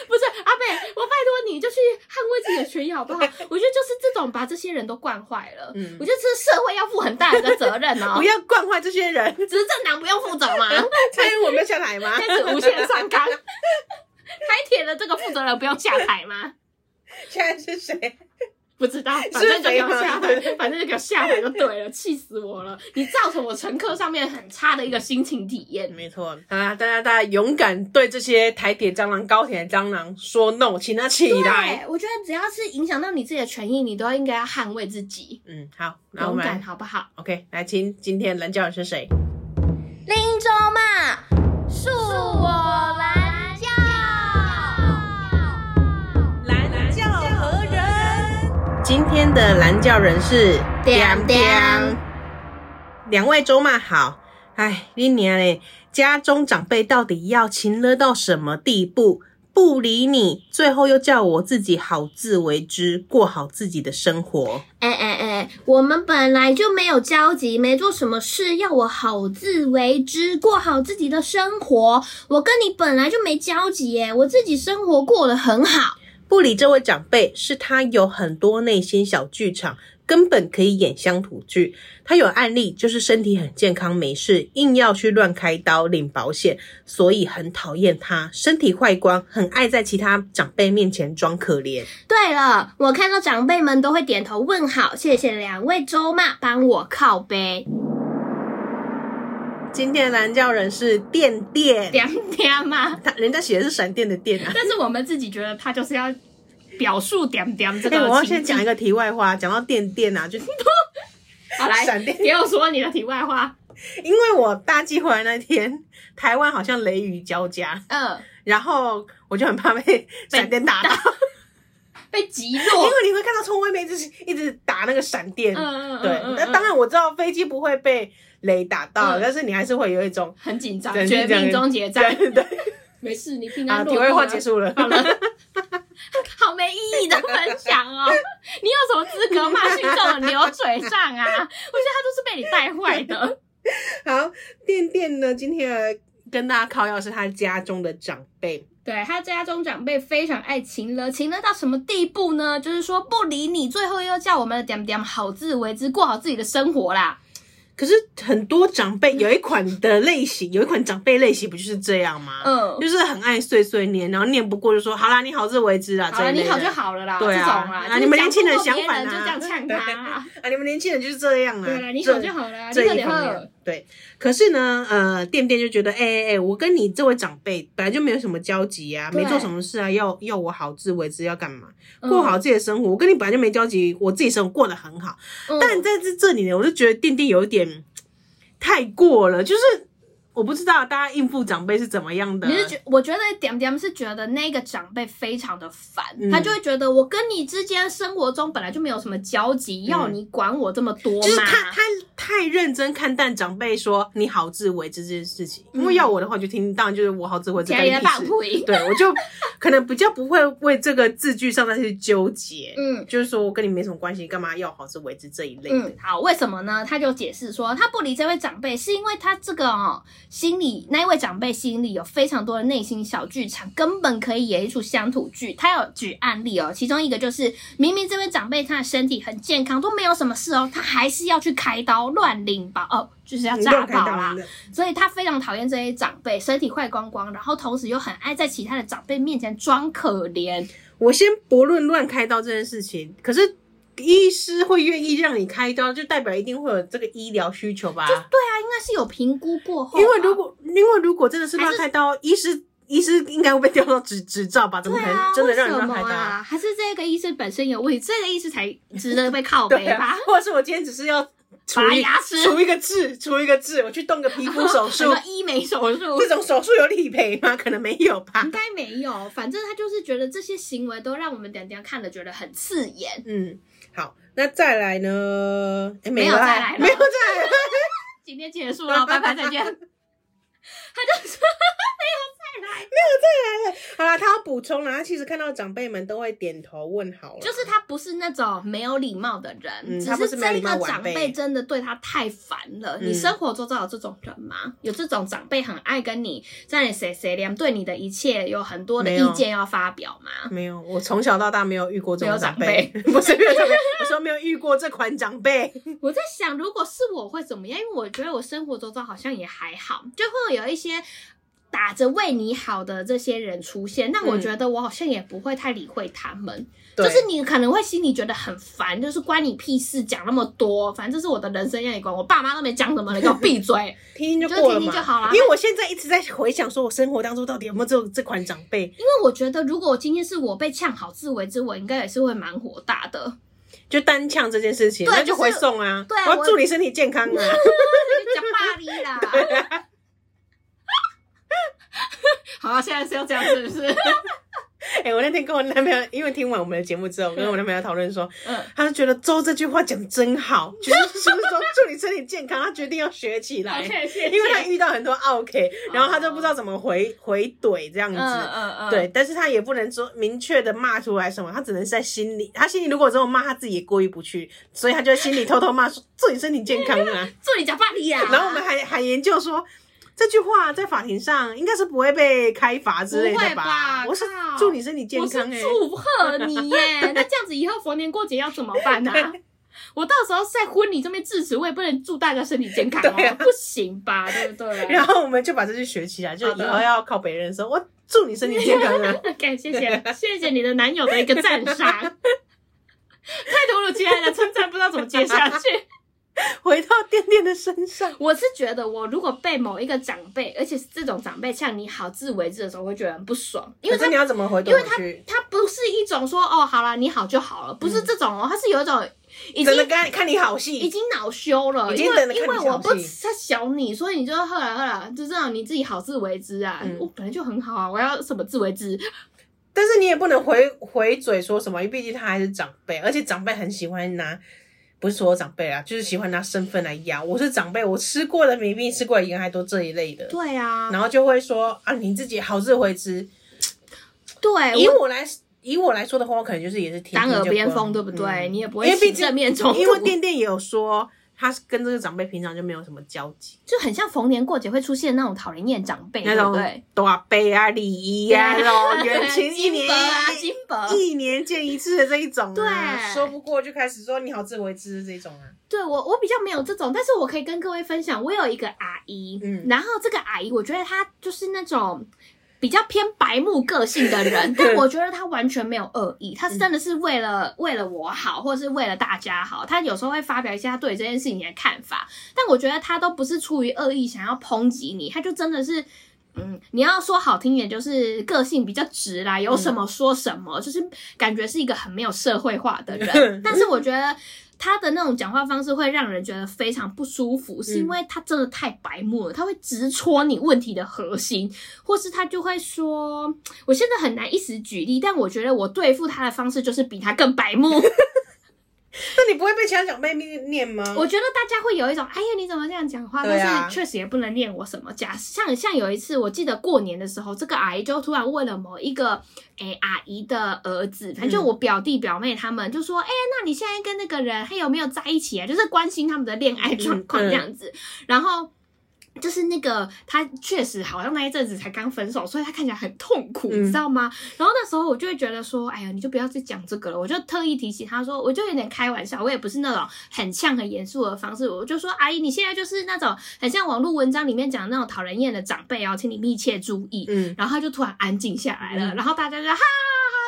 A: 不是阿贝，我拜托你就去捍卫自己的权益好不好？我觉得就是这种把这些人都惯坏了，
B: 嗯
A: 我觉得这社会要负很大的一个责任 哦
B: 不。要惯坏这些人。
A: 执政党不用负责吗？
B: 蔡英文没有下来 吗？
A: 开始无限 上纲，台铁的这个负责人不用下台吗？
B: 现在是谁？
A: 不知道，反正就给我下
B: 是
A: 台，反正就给我下台就对了，气死我了！你造成我乘客上面很差的一个心情体验。
B: 没错啊，大家大家勇敢对这些台铁蟑螂、高铁蟑螂说 no，请它起来。
A: 对，哎我觉得只要是影响到你自己的权益，你都应该要捍卫自己，
B: 嗯，好，那我
A: 勇
B: 们
A: 敢
B: 来
A: 好不好？
B: OK 来听今天人教人是谁？
C: 林州骂，恕我蓝教。
B: 蓝教何人？今天的蓝教人是
C: 点点。
B: 两位周妈好，哎，你娘嘞！家中长辈到底要勤勒到什么地步？不理你，最后又叫我自己好自为之，过好自己的生活。
A: 哎哎哎，我们本来就没有交集，没做什么事，要我好自为之，过好自己的生活。我跟你本来就没交集耶，我自己生活过得很好。
B: 不理这位长辈，是他有很多内心小剧场，根本可以演乡土剧。他有案例，就是身体很健康没事，硬要去乱开刀领保险，所以很讨厌他。身体坏光，很爱在其他长辈面前装可怜。
A: 对了，我看到长辈们都会点头问好，谢谢两位周妈帮我靠背。
B: 今天的蓝教人是电电，
A: 点点嘛，
B: 他人家写的是闪电的电 啊。
A: 但是我们自己觉得他就是要表述点点这
B: 哎、我要先
A: 情
B: 讲
A: 境
B: 一个题外话，讲到电电啊，就是
A: 好
B: 闪电
A: 给我说你的题外话。
B: 因为我大季回来那天，台湾好像雷雨交加，
A: 嗯，
B: 然后我就很怕 被闪电打到，
A: 被击
B: 因
A: 落
B: 为。你会看到从外面就是一直打那个闪电。
A: 嗯嗯，
B: 对，那、当然我知道飞机不会被雷打到，
A: 嗯
B: 但是你还是会有一种
A: 很紧张，
B: 对
A: 绝
B: 这样
A: 命终结战。
B: 对对
A: 没事，你平
B: 啊，
A: 安
B: 体
A: 落
B: 会
A: 地
B: 话
A: 了。
B: 结束了。
A: 好了，好没意义的分享哦！你有什么资格骂信众的流水账啊？我觉得他都是被你带坏的。
B: 好，电电呢，今天来跟大家靠要是他家中的长辈，
A: 对他家中长辈非常爱情了，情了到什么地步呢？就是说不理你，最后又叫我们的点点好自为之，过好自己的生活啦。
B: 可是很多长辈有一款的类型，有一款长辈类型不就是这样吗？
A: 嗯，
B: 就是很爱碎碎念，然后念不过就说好啦，你好自为之啦，
A: 好
B: 这
A: 了，
B: 一类
A: 你
B: 的
A: 好就好了啦，
B: 对啊
A: 这种啦，
B: 啊
A: 就是
B: 你们
A: 讲
B: 年轻人
A: 不过别
B: 想法
A: 人就这
B: 啊
A: 样呛他啊。
B: 啊，你们年轻人就是这样啊，
A: 对啦，你
B: 这
A: 好就好了啊，你
B: 这
A: 喝
B: 一
A: 点
B: 方
A: 喝
B: 面。，对，可是呢，呃，店店就觉得，哎哎哎，我跟你这位长辈本来就没有什么交集啊，
A: 对
B: 没做什么事啊，要要我好自为之要干嘛？
A: 嗯
B: 过好自己的生活，我跟你本来就没交集，我自己生活过得很好。
A: 嗯
B: 但在这这里呢，我就觉得店店有一点太过了，就是我不知道大家应付长辈是怎么样的。
A: 你是觉，我觉得点点是觉得那个长辈非常的烦，
B: 嗯
A: 他就会觉得我跟你之间生活中本来就没有什么交集，要你管我这么多吗？
B: 就是他他太认真看待长辈说你好自为之这件事情，因为
A: 嗯
B: 要我的话就听当然就是我好自为之，
A: 家
B: 干
A: 里
B: 你
A: 在
B: 屁
A: 放
B: 事。
A: 屁。
B: 对，我就可能比较不会为这个字句上再去纠结，
A: 嗯
B: 就是说我跟你没什么关系，干嘛要好自为之这一类的。
A: 嗯，好，为什么呢？他就解释说，他不理这位长辈，是因为他这个哦，心里那一位长辈心里有非常多的内心小剧场，根本可以演一出乡土剧。他有举案例哦，其中一个就是，明明这位长辈他的身体很健康，都没有什么事哦，他还是要去开刀乱领保哦，就是要
B: 你
A: 诈
B: 乱开
A: 保
B: 刀
A: 啦。
B: 的，
A: 所以他非常讨厌这些长辈，身体坏光光，然后同时又很爱在其他的长辈面前装可怜。
B: 我先不论乱开刀这件事情，可是医师会愿意让你开刀，就代表一定会有这个医疗需求吧？
A: 他应该是有评估过后吧，
B: 因为如果因为如果真的是乱开刀，医师医师应该会被调到执执照吧？怎么
A: 对
B: 可
A: 啊
B: 能，真的
A: 为
B: 让你
A: 什
B: 乱
A: 么
B: 开刀？
A: 啊？还是这个医生本身有问题，这个医生才值得被靠
B: 对
A: 背
B: 啊
A: 吧？，
B: 或者是我今天只是要除
A: 拔
B: 一
A: 牙齿
B: 除一个痣，除一个痣，我去动个皮肤 手
A: 什
B: 术
A: 么，医美手术，
B: 这种手术有理赔吗？可能没有吧
A: 应。该没有，反正他就是觉得这些行为都让我们点点看了觉得很刺眼。
B: 嗯，好，那再来呢？诶没
A: 没有
B: 了啊
A: 再来了
B: 没有再来了。
A: 今天结束了，拜拜，再见。他就说没有再来，
B: 好啦，他要补充啦。他其实看到长辈们都会点头问好了，
A: 就是他不是那种没有礼貌的人，
B: 嗯
A: 只
B: 他不是
A: 是
B: 没有礼
A: 这
B: 貌
A: 个
B: 晚
A: 长
B: 辈
A: 辈真的对他太烦了。
B: 嗯
A: 你生活周遭有这种人吗？有这种长辈很爱跟你在那谁谁连对你的一切有很多的
B: 没有
A: 意见要发表吗？
B: 没有，我从小到大没有遇过这种辈，
A: 没
B: 不是没有长辈，我说没有遇过这款 长辈。
A: 我在想，如果是我会怎么样？因为我觉得我生活周遭好像也还好，就会有一些。打着为你好的这些人出现，那我
B: 嗯
A: 觉得我好像也不会太理会他们，
B: 对
A: 就是你可能会心里觉得很烦，就是关你屁事，讲那么多，反正这是我的人生，要你管。我爸妈都没讲什么，你给我闭 嘴。
B: 听听
A: 就
B: 过了
A: 听
B: 嘛，
A: 听就好啦
B: 因为我现在一直在回想，说我生活当中到底有没有这这款长 辈，
A: 因为我觉得，如果今天是我被呛好自为之，我应该也是会蛮火大的。
B: 就单呛这件事情，
A: 对
B: 那就
A: 就是
B: 回送啊，
A: 对啊
B: 我要
A: 我
B: 祝你身体健康啊。
A: 讲巴黎啦。好啊了，现在是要这样，是不 是？
B: 哎、我那天跟我男朋友，因为听完我们的节目之后，我跟我男朋友讨论说，
A: 嗯，
B: 他就觉得周这句话讲得真好，就是就是说祝你身体健康，他 决定要学起来。
A: 谢
B: 因为他遇到很多 OK，然后他就不知道怎么回回怼这样
A: 嗯
B: 子。
A: 嗯嗯，
B: 对，，但是他也不能说明确的骂出来什么，他只能是在心里，他心里如果这么骂，他自己也过意不去，所以他就在心里偷偷骂说：“祝你身体健康 啊
A: 祝你讲巴黎！”啦。
B: 然后我们还还研究说，这句话在法庭上应该是不会被开罚之类
A: 不
B: 的
A: 会吧
B: 我是
A: 靠
B: 祝你身体健康
A: 我
B: 哎、
A: 是祝贺你 耶！那这样子以后逢年过节要怎么办呢、啊？我到时候在婚礼这边致辞，我也不能祝大家身体健康
B: 对
A: 哦
B: 啊，
A: 不行吧？对不对？
B: 然后我们就把这句学起来，就
A: 好
B: 以
A: 的
B: 后要靠别人的时候，我祝你身体健 康啊。
A: OK，谢谢谢谢你的男友的一个赞赏， 太突如其来的称赞，不知道怎么接下去。
B: 回到店店的身上，
A: 我是觉得，我如果被某一个长辈，而且是这种长辈像你好自为之的时候，我会觉得很不爽，因为
B: 可
A: 他
B: 是你要怎么回怼
A: 因为
B: 回去？
A: 他不是一种说哦，好啦，你好就好了，不是这种哦，他是有一种已
B: 真
A: 经
B: 的看看你好
A: 已
B: 戏，
A: 经恼羞了，
B: 已经
A: 因为
B: 等着
A: 因
B: 看你
A: 为我
B: 抢
A: 不
B: 戏
A: 在小你，所以你就后来后来就知道你自己好自为之啊。
B: 嗯
A: 我本来就很好啊，我要什么自为之？
B: 但是你也不能回回嘴说什么，因为毕竟他还是长辈，而且长辈很喜欢拿。不是所有长辈啊，就是喜欢拿身份来压。我是长辈，我吃过的米比你吃过的盐还多这一类的，
A: 对啊，
B: 然后就会说啊，你自己好自为之。
A: 对，啊
B: 以
A: 哎我
B: 我来以我来说的话，我可能就是也是听
A: 当
B: 听
A: 耳
B: 就
A: 边
B: 过了
A: 风，对不对？
B: 嗯
A: 你也不
B: 因
A: 会
B: 为毕
A: 起
B: 竟
A: 正面冲突，
B: 因为店店也有说，他是跟这个长辈平常就没有什么交集，
A: 就很像逢年过节会出现那种讨人厌长辈，
B: 那
A: 对不对
B: 种？多杯啊、礼仪啊、
A: 对
B: 那种远亲一
A: 金
B: 年
A: 箔啊，金箔。
B: 一年见一次的这一种、啊，
A: 对
B: 说不过就开始说你好自为之这种啊，
A: 对我，我比较没有这种，但是我可以跟各位分享，我有一个阿姨，
B: 嗯
A: 然后这个阿姨，我觉得她就是那种。比较偏白目个性的人，但我觉得她完全没有恶意，她是真的是为了、为了我好，或者是为了大家好。她有时候会发表一些她对这件事情的看法，但我觉得她都不是出于恶意想要抨击你，她就真的是，嗯，你要说好听一点，就是个性比较直啦，有什么说什么，就是感觉是一个很没有社会化的人。但是我觉得他的那种讲话方式会让人觉得非常不舒服，是因为他真的太白目了，他会直戳你问题的核心，或是他就会说，我现在很难一时举例，但我觉得我对付他的方式就是比他更白目。
B: 那你不会被其他长辈念念吗？
A: 我觉得大家会有一种，哎呀，你怎么这样讲话？
B: 对啊
A: 但是确实也不能念我什么。假像像有一次，我记得过年的时候，这个阿姨就突然问了某一个哎阿姨的儿子，反正
B: 嗯
A: 就我表弟表妹他们就说，哎、那你现在跟那个人还有没有在一起啊？就是关心他们的恋爱状况
B: 嗯嗯
A: 这样子，然后。就是那个，他确实好像那一阵子才刚分手，所以他看起来很痛苦，
B: 嗯
A: 你知道吗？然后那时候我就会觉得说，哎呀，你就不要再讲这个了。我就特意提醒他说，我就有点开玩笑，我也不是那种很呛、很严肃的方式，我就说，阿姨，你现在就是那种很像网络文章里面讲的那种讨人厌的长辈哦，请你密切注意。
B: 嗯，
A: 然后他就突然安静下来了，
B: 嗯
A: 然后大家就哈哈哈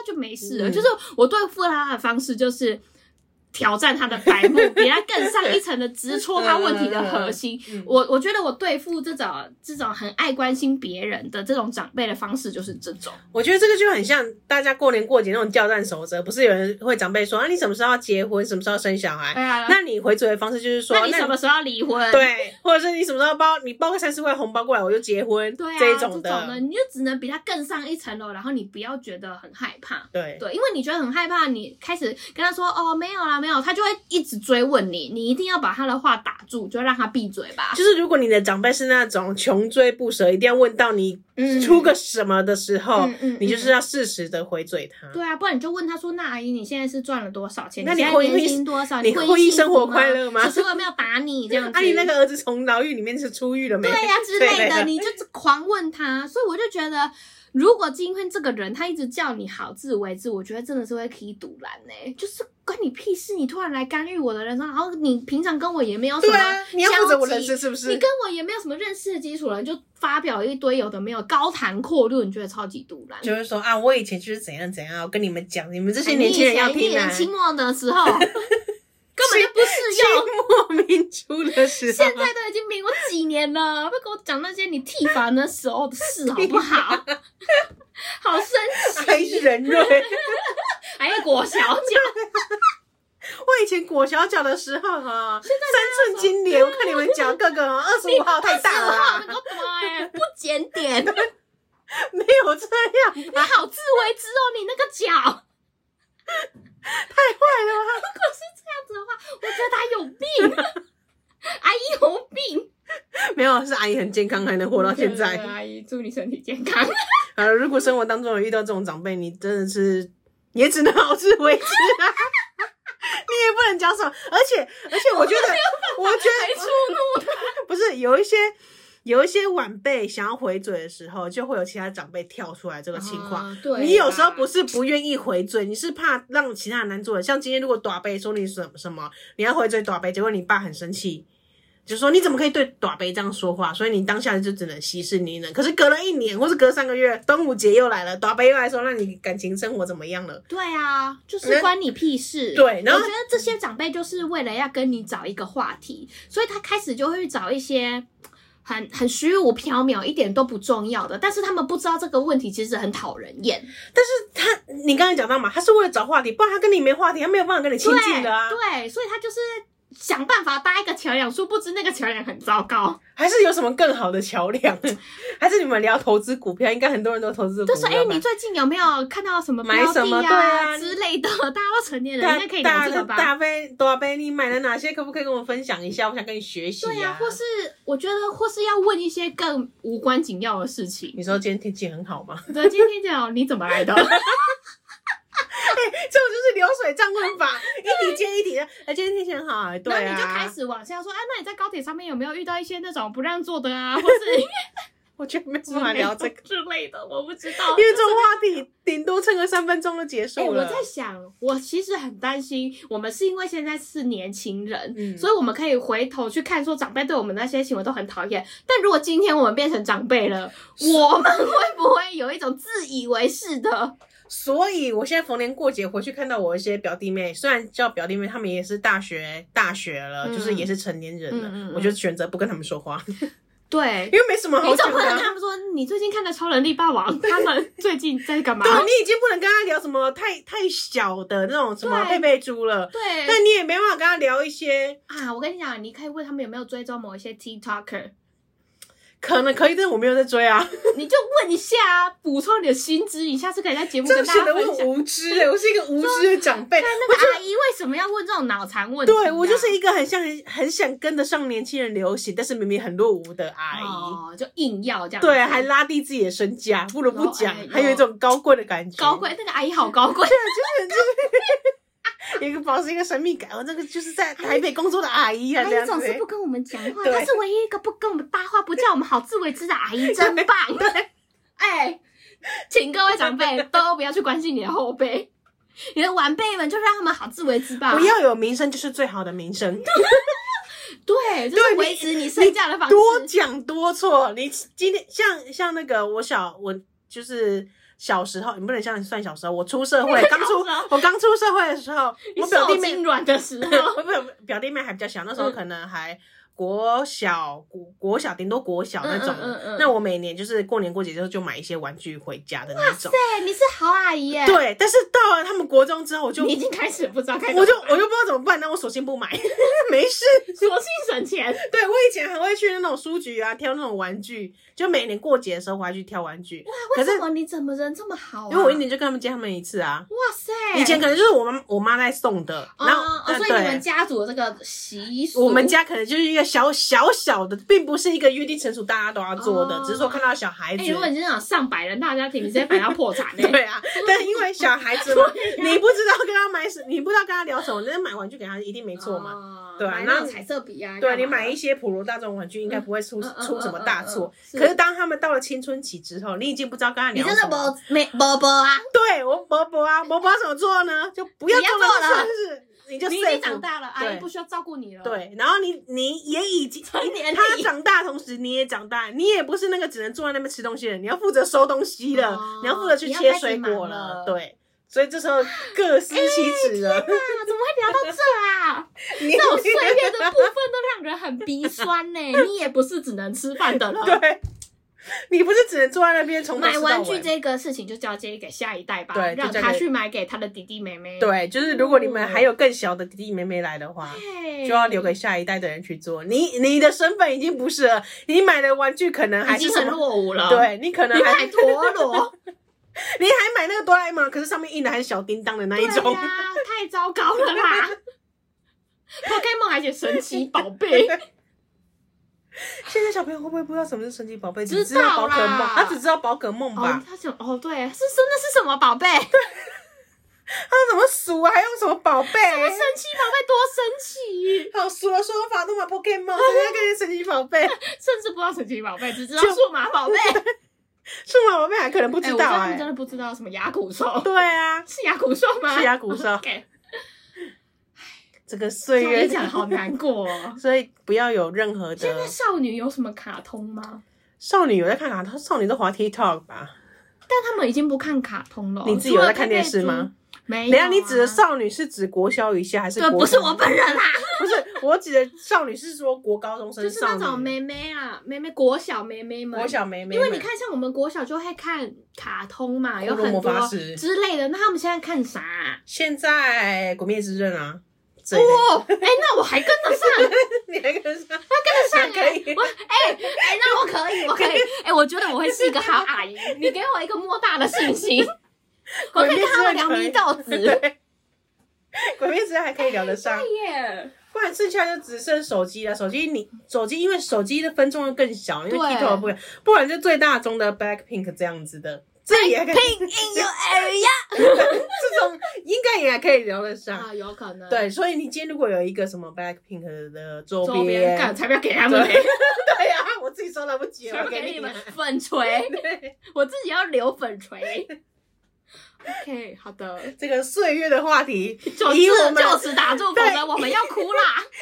A: 就没事了。
B: 嗯
A: 就是我对付他的方式就是挑战他的白目，比他更上一层的直戳他问题的核心。
B: 嗯
A: 我我觉得我对付这种这种很爱关心别人的这种长辈的方式就是这种。
B: 我觉得这个就很像大家过年过节那种教战守则，不是有人会长辈说啊，你什么时候要结婚，什么时候要生小孩？
A: 对啊，
B: 哎那你回嘴的方式就是说，
A: 那你什么时候要离婚？
B: 对，或者是你什么时候包你包个三十块红包过来，我就结婚，
A: 对啊，
B: 这
A: 这
B: 一种
A: 的，你就只能比他更上一层楼，然后你不要觉得呃很害怕。
B: 对
A: 对，因为你觉得很害怕，你开始跟他说哦没有啦没有，他就会一直追问你，你一定要把他的话打住，就让他闭嘴吧。
B: 就是如果你的长辈是那种穷追不舍，一定要问到你嗯出个什么的时候，
A: 嗯嗯
B: 你就是要适时的回嘴他。
A: 对啊，不然你就问他说：“那阿姨，你现在是赚了多少钱？
B: 那你
A: 啊你现在
B: 婚姻
A: 年薪多少？
B: 你
A: 婚
B: 婚姻
A: 幸
B: 生
A: 福
B: 活快乐吗
A: 其实我有没有打你这样子？
B: 啊，你那个儿子从牢狱里面是出狱了没？
A: 对啊呀、之类
B: 对
A: 的，你就是狂问他，所以我就觉得，如果今天这个人他一直叫你好自为之，我觉得真的是会踢堵拦呢，就是关你屁事！你突然来干预我的人生，然后你平常跟我也没有什
B: 对
A: 么
B: 啊，你要负责我人
A: 交
B: 生
A: 集
B: 是不
A: 你
B: 是
A: 跟？我也没有什么认识的基础了，你就发表一堆有的没有，高谈阔论，你觉得超级堵拦。
B: 就是说啊，我以前就是怎样怎样，我跟你们讲，你们这些
A: 哎
B: 年轻人要
A: 你以前
B: 听啊，
A: 你清末的时候 根本就不适用，
B: 清末民初的时候
A: 现，在都已经民国几年了，不要跟我讲那些你剃发那时候的事好不 好？好生
B: 还
A: 气，
B: 人瑞。
A: 还有裹小脚，
B: 我以前裹小脚的时候哈、三寸金莲，我看你们脚个个二十五号太大了
A: 我
B: 啊、
A: 给我妈哎，不检点，
B: 没有这样
A: 你好自为之哦，你那个脚。
B: 太坏了吧？
A: 如果是这样子的话，我觉得他有病，阿姨有病。
B: 没有，是阿姨很健康，还能 活到现
A: 对啊
B: 在。
A: 阿姨祝你身体健康。
B: 好了，如果生活当中有遇到这种长辈，你真的是也只能好自为之啊。 你也不能讲什么，而且而且，我觉 得，我觉
A: 还
B: 得
A: 触怒他，
B: 不是有一些有一些晚辈想要回嘴的时候，就会有其他长辈跳出来这个情况。
A: 啊对啦，
B: 你有时候不是不愿意回嘴，你是怕让其他人难做的。像今天如果短杯说你什么什么，你要回嘴短杯，结果你爸很生气，就说你怎么可以对短杯这样说话？所以你当下就只能息事宁人。可是隔了一年，或是隔三个月，端午节又来了，短杯又来说，那你感情生活怎么样了？
A: 对啊，就
B: 那
A: 是关你屁事。
B: 对然后
A: 我觉得这些长辈就是为了要跟你找一个话题，所以他开始就会去找一些很很虚无缥缈、一点都不重要的，但是他们不知道这个问题其实很讨人厌。
B: 但是他，你刚才讲到嘛，他是为了找话题，不然他跟你没话题，他没有办法跟你亲近的啊。
A: 对，所以他就是想办法搭一个桥梁，殊不知那个桥梁很糟糕。
B: 还是有什么更好的桥梁？ 还是你们聊投资股票？应该很多人都投资股
A: 就
B: 票
A: 说
B: 吧。
A: 哎、你最近有没有看到什么
B: 买
A: 标的
B: 什么对
A: 啊
B: 啊
A: 之类的？ 大家都成年人，
B: 大
A: 应该可以聊这个吧？
B: 大大杯多杯，你买了哪些？可不可以跟我分享一下？我想跟你学习、
A: 对啊
B: 呀、
A: 或是我觉得，或是要问一些更无关紧要的事情。
B: 你说今天天气很好吗？
A: 对，今天讲你怎么来的？
B: 这种就是流水账问 法，一题接一题的。哎，今天天气很好、啊， 对
A: 然后
B: 啊。
A: 你就开，始往下说，啊，那你在高铁上面有没有遇到一些那种不让坐的啊，或是
B: 我觉得没办法聊这个，
A: 之类的？我不知 道，
B: 因为这种话题顶多撑个三分钟就结
A: 哎、
B: 束
A: 我
B: 了。
A: 在想，我其实很担心，我们是因为现在是年轻人，
B: 嗯
A: 所以我们可以回头去看，说长辈对我们那些行为都很讨厌。但如果今天我们变成长辈了，我们会不会有一种自以为是的？
B: 所以我现在逢年过节回去看到我一些表弟妹，虽然叫表弟妹，他们也是大学大学了，
A: 嗯
B: 就是也是成年人了，
A: 嗯嗯嗯
B: 我就选择不跟他们说话，因
A: 对，
B: 为没什么好
A: 你
B: 讲
A: 总不
B: 的
A: 能
B: 啊、
A: 跟他们说你最近看的《超人力霸 王》，他们最近在干嘛？
B: 对啊你已经不能跟他聊什么太太小的那种什么
A: 对
B: 佩佩猪了，
A: 对
B: 但你也没办法跟他聊一些
A: 啊，我跟你讲，你可以问他们有没有追踪某一些 TikToker，
B: 可能可以，但是我没有在追啊，
A: 你就问一下啊，补充你的薪资，你下次可以在节目
B: 这
A: 跟
B: 样
A: 大
B: 显
A: 家
B: 得
A: 分
B: 我很
A: 享。
B: 无知哎、我是一个无知的长辈。
A: 但那个阿姨为什么要问这种脑残问题、啊
B: 对我就是一个很像很很想跟得上年轻人流行，但是明明很落伍的阿姨。
A: 哦，就硬要这样子，
B: 对，还拉低自己的身价，不得不讲
A: 有哎，
B: 还有一种高贵的感觉。
A: 高贵，那个阿姨好高贵，
B: 有一个保持一个神秘感，我这个就是在台北工作的阿姨啊，
A: 阿
B: 这样
A: 姨
B: 子
A: 总是不跟我们讲话，
B: 对
A: 她是唯一一个不跟我们搭话、不叫我们好自为之的阿姨，真 棒！哎、请各位长辈都不要去关心你的后辈，你的晚辈们就让他们好自为之吧。
B: 不要有名声就是最好的名声。
A: 对，就是
B: 对
A: 维持你身价的方式。
B: 多讲多错。你今天像像那个我小我就是小时候，你不能像算小时候，我出社 会刚出，我刚出社会的时候，
A: 你
B: 我表
A: 手
B: 弟妹
A: 痉挛的时候，
B: 我表表弟妹还比较小，那时候
A: 嗯
B: 可能还国小、国国小，顶多国小那种的。
A: 嗯嗯嗯嗯
B: 那我每年就是过年过节之后就买一些玩具回家的那种。
A: 对，你是好阿姨耶，
B: 对，但是到了他们国中之后，我就
A: 嗯你已经开始不知道该怎么
B: 我就
A: 办
B: 我就不知道怎么办，那我索性不买， 没事。
A: 索性省钱，
B: 对我以前还会去那种书局啊挑那种玩具，就每年过节的时候我还去挑玩具，可
A: 为
B: 是
A: 什么你怎么人这么好、啊？
B: 因为我一年就跟他们见他们一次啊。
A: 哇塞，
B: 以前可能就是我妈我妈在送的，
A: 哦
B: 然后、
A: 哦，
B: 呃
A: 所以你
B: 对
A: 们家族的这个习俗，
B: 我们家可能就是一个小小小的，并不是一个约定成熟大家都要做的，
A: 哦
B: 只是说看到小孩子。
A: 哎、如果你是那种上百人大家庭，你直接摆到破产嘞、
B: 对啊，但因为小孩 子嘛，你不知道跟他买什，你不知道跟他聊什么，那买玩具给他一定没错嘛。
A: 哦
B: 对啊
A: 买那
B: 那
A: 种彩色笔啊，
B: 对
A: 干
B: 你
A: 嘛
B: 买一些普罗大众玩具，应该不会出
A: 嗯嗯嗯
B: 出什么大错
A: 嗯。嗯嗯
B: 可是当他们到了青春期之后，你已经不知道跟他
A: 你
B: 聊
A: 真
B: 什
A: 的
B: 么。
A: 不没不不啊，
B: 对我伯伯啊，伯伯要怎么做呢？就不要
A: 不要
B: 做那
A: 做了
B: 个蠢事，你就
A: 你已
B: safe
A: 经长大了，阿
B: 对
A: 姨不需要照顾你了，，
B: 对，然后你你也已经
A: 成年
B: 他
A: 礼
B: 长大，同时你也长大，你也不是那个只能坐在那边吃东西的人，你要负责收东西了，
A: 哦
B: 你要负责去
A: 你要
B: 切
A: 开始
B: 水果
A: 忙了
B: 对。所以这时候各司其职了，
A: 啊，怎么会聊到这啊？
B: 你
A: 这种碎裂的部分都让人很鼻 酸呢、你也不是只能吃饭的了。
B: 对，你不是只能坐在那边从头
A: 买
B: 吃到
A: 玩具
B: 尾
A: 这个事情就交接给下一代吧，
B: 对就
A: 让
B: 交
A: 他
B: 给
A: 去买给他的弟弟妹妹。
B: 对，就是如果你
A: 哦
B: 们还有更小的弟弟妹妹来的话，
A: 对，
B: 就要留给下一代的人去做。你你的身份已经不是了，你买的玩具可能 还
A: 已
B: 是
A: 经
B: 什
A: 很
B: 么？
A: 落伍了。，
B: 对你可能
A: 你
B: 还
A: 买陀螺，
B: 你还买那个哆啦 A 梦，可是上面印的还是小叮当的那一
A: 对
B: 种。
A: 呀、太糟糕了 啦。Pokemon 还写神奇宝贝，
B: 现在小朋友会不会不知道什么是神奇宝贝？
A: 知
B: 只知道宝可
A: 道
B: 梦，
A: 啦
B: 他只知道宝可梦
A: 哦
B: 吧？，
A: 他想，哦，对，是真的是什么宝贝？
B: 他怎么数啊？还用什么宝贝？
A: 神奇宝贝多神奇，
B: 好数的说法都把 Pokemon，人家跟神奇宝贝、
A: 甚至不知道神奇宝贝，只知道
B: 就
A: 数码宝贝。
B: 数码宝贝还可能不
A: 哎
B: 知
A: 我
B: 道
A: 知道他
B: 哎、
A: 们真的不知道什么牙骨兽，
B: 对啊，
A: 是牙骨兽吗？
B: 是牙骨兽
A: OK，
B: 这个岁
A: 这样
B: 月
A: 一讲好难过、 哦。
B: 所以不要有任何
A: 现在
B: 的
A: 少女有什么卡通吗？
B: 少女有在看卡通，少女都滑 TikTok 吧？
A: 但他们已经不看卡通了。
B: 你自己有在看电视吗？
A: 没
B: 等
A: 有、
B: 一
A: 啊。
B: 下，你指的少女是指国小以下还是
A: 对，
B: 国？
A: 不是我，本人啦，
B: 不是我指的少女是说国高中生
A: 就是
B: 少
A: 那
B: 女，
A: 种妹妹啊，妹妹国小妹妹们。
B: 国小妹妹
A: 因
B: 们，
A: 为你看，像我们国小就会看卡通嘛，有
B: 骷髅
A: 很
B: 魔法
A: 多
B: 师
A: 之类的。那他们现在看啥 啊、
B: 现在《鬼灭之刃》啊，这一类的
A: 哦，哎、那我还跟得上，
B: 你还跟上？
A: 跟得上、
B: 还可
A: 哎，
B: 以
A: 我哎哎、那我可以，我可以，哎、我觉得我会是一个好阿姨。你给我一个莫大的信 心，我可以跟他们聊迷豆子。对
B: 对，鬼灭之刃还可以聊得上，
A: 耶，
B: 不然剩下就只剩手机了。手机你手机，因为手机的分众又更小，因为
A: 对
B: TikTok 不一样，不然就最大宗的 Blackpink 这样子的，这也还可以，
A: 拼 in your area
B: 这种应该也还可以聊得上。
A: 啊，有可能。
B: 对，所以你今天如果有一个什么 Blackpink 的周
A: 周边干才不要给他们嘞，
B: 对呀、我自己收来不及
A: 全
B: 了，
A: 部
B: 我
A: 给
B: 给
A: 你
B: 你
A: 们
B: 们。
A: 粉锤，
B: 对，
A: 我自己要留粉锤。OK，好的，
B: 这个岁月的话题，
A: 就
B: 以我
A: 此
B: 们
A: 就此打住，否
B: 对
A: 则我们要哭 啦。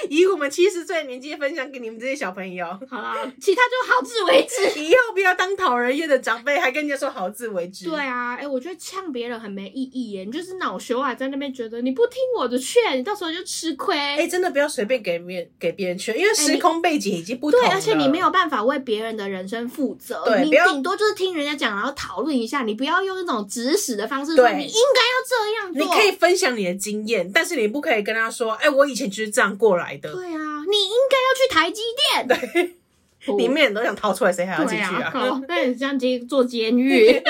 B: 以我们七十岁的年纪分享给你们这些小朋友。
A: 好啦，其他就好自为之。
B: 以后不要当讨人厌的长辈，还跟人家说好自为之。
A: 对啊，哎、我觉得呛别人很没意义耶，你就是恼羞啊，在那边觉得你不听我的劝，你到时候就吃亏。
B: 哎、真的不要随便给别人给别人劝，因为时空背景已经不同
A: 哎对
B: 了、，
A: 而且你没有办法为别人的人生负责，
B: 对
A: 你
B: 不要
A: 顶多就是听人家讲，然后讨论一下，你不要用那种指使的方式说
B: 对
A: 你应该要这样做。
B: 你可以分享你的经验，但是你不可以跟他说，哎、我以前就是这样过来的。
A: 对啊，你应该要去台积电。啊对，
B: 你每人都想逃出来，谁还要进
A: 哦对
B: 去
A: 啊，
B: 啊？
A: 靠那你这样接做监狱。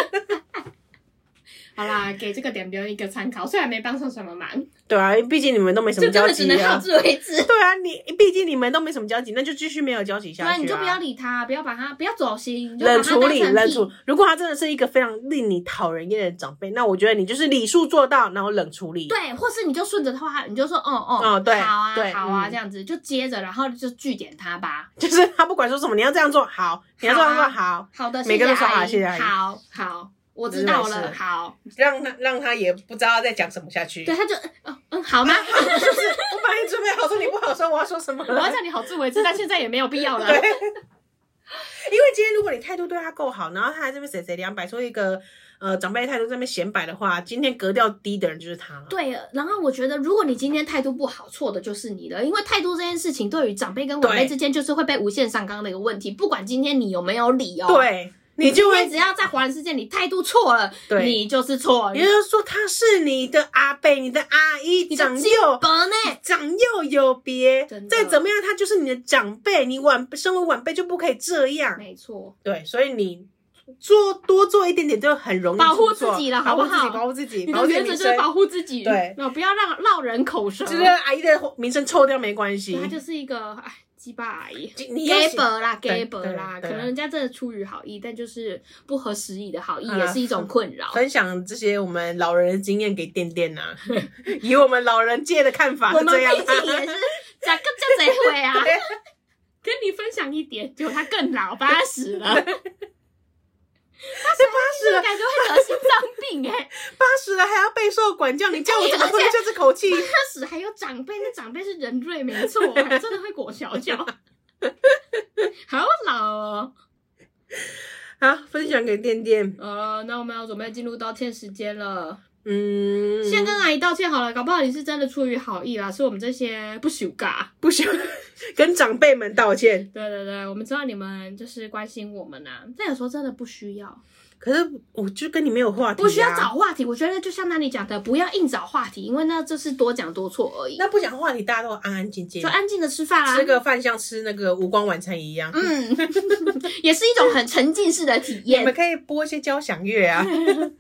A: 好啦，给这个点点一个参考，虽然没帮上什么忙，
B: 对啊，毕竟你们都没什么
A: 就真
B: 交
A: 的只
B: 集
A: 能好
B: 啊。
A: 自为之。
B: 对啊，你毕竟你们都没什么交集，那就继续没有交集下
A: 对
B: 去、啊。
A: 啊，你就不要理他，不要把他，不要走心，你就把
B: 冷
A: 他
B: 处
A: 当
B: 理，
A: 成
B: 冷
A: 屁
B: 处。如果他真的是一个非常令你讨人厌的长辈，那我觉得你就是礼数做到，然后冷处理。
A: 对，或是你就顺着他话，你就说，哦哦，
B: 哦对
A: 好啊，
B: 对
A: 好啊，
B: 嗯
A: 这样子就接着，然后就据点他吧。
B: 就是他不管说什么，你要这样做好，你要这样做好，
A: 好的，
B: 每个
A: 谢
B: 都
A: 谢
B: 说
A: 阿
B: 好
A: 姨，
B: 谢谢阿姨
A: 好好，我
B: 没
A: 知
B: 事
A: 道
B: 没
A: 了，
B: 事
A: 好。
B: 让他让他也不知道在讲什么下去。
A: 对，他就，嗯嗯，好吗？
B: 就是 我本来准备好说你不好说我要说 什么
A: 我
B: 了，
A: 要叫你好自为之，但现在也没有必要了。
B: 对。因为今天如果你态度对他够好，然后他还这边谁谁两摆出一个呃长辈态度在那边显摆的话，今天格调低的人就是他了。
A: 对，然后我觉得，如果你今天态度不好，错的就是你了，因为态度这件事情对于长辈跟晚辈
B: 对
A: 之间，就是会被无限上纲的一个问题。不管今天你有没有理哦，，
B: 对，你就会
A: 今天只要在华人世界你态度错了，
B: 对
A: 你就是错了，
B: 也就是说他是你的阿伯、你的阿姨，
A: 你
B: 长
A: 就
B: 幼
A: 伯呢？
B: 长幼有别
A: 真，的
B: 再怎么样他就是你的长辈，你晚身为晚辈就不可以这样。
A: 没错，
B: 对，所以你做多做一点点就很容易
A: 保护
B: 出错
A: 自己了
B: 保护
A: 好不
B: 自己，
A: 好
B: 保护自己，
A: 你
B: 保护
A: 的
B: 自
A: 原则
B: 己名
A: 就是
B: 声，
A: 保护自己，
B: 对
A: 那不要让落人口舌。
B: 就是啊阿姨的名声臭掉没关系。
A: 她就是一个哎鸡巴阿姨。
B: 你要
A: gay
B: 写
A: 伯啦
B: 对
A: ，gay 伯啦，可
B: 对对
A: 能人家真的出于好意，但就是不合时宜的好意，
B: 啊
A: 也是一种困 扰。
B: 分享这些我们老人的经验给店店呐，以我们老人界的看法
A: 我
B: 是
A: 们
B: 这样？
A: 毕竟也是讲个叫谁会啊
B: 对
A: 跟你分享一点， 结果他更老，八十了，八十
B: 了
A: 感觉会得心脏病哎、
B: 八十了还要备受管教，你叫我怎么
A: 而且
B: 出去这口气？
A: 八十还有长辈，那长辈是人瑞没错、还真的会裹小 脚，好老哦。
B: 好，分享给店店。
A: 呃，那我们要准备进入道歉时间了。
B: 嗯，
A: 先跟阿姨道歉好了，搞不好你是真的出于好意啦，是我们这些不朽嘎。
B: 不行，跟长辈们道歉。
A: 对对对，我们知道你们就是关心我们呐、但有时候真的不需要，
B: 可是我就跟你没有话题、啊，
A: 不需要找。话题。我觉得就像那里讲的，不要硬找话题，因为那就是多讲多错而已。
B: 那不讲话题，大家都安安静静
A: 就，安静的吃饭啦、啊
B: 吃个饭像吃那个无光晚餐一样。
A: 嗯，也是一种很沉浸式的体
B: 你
A: 验
B: 们。可以播一些交响乐啊，
A: 嗯噔噔，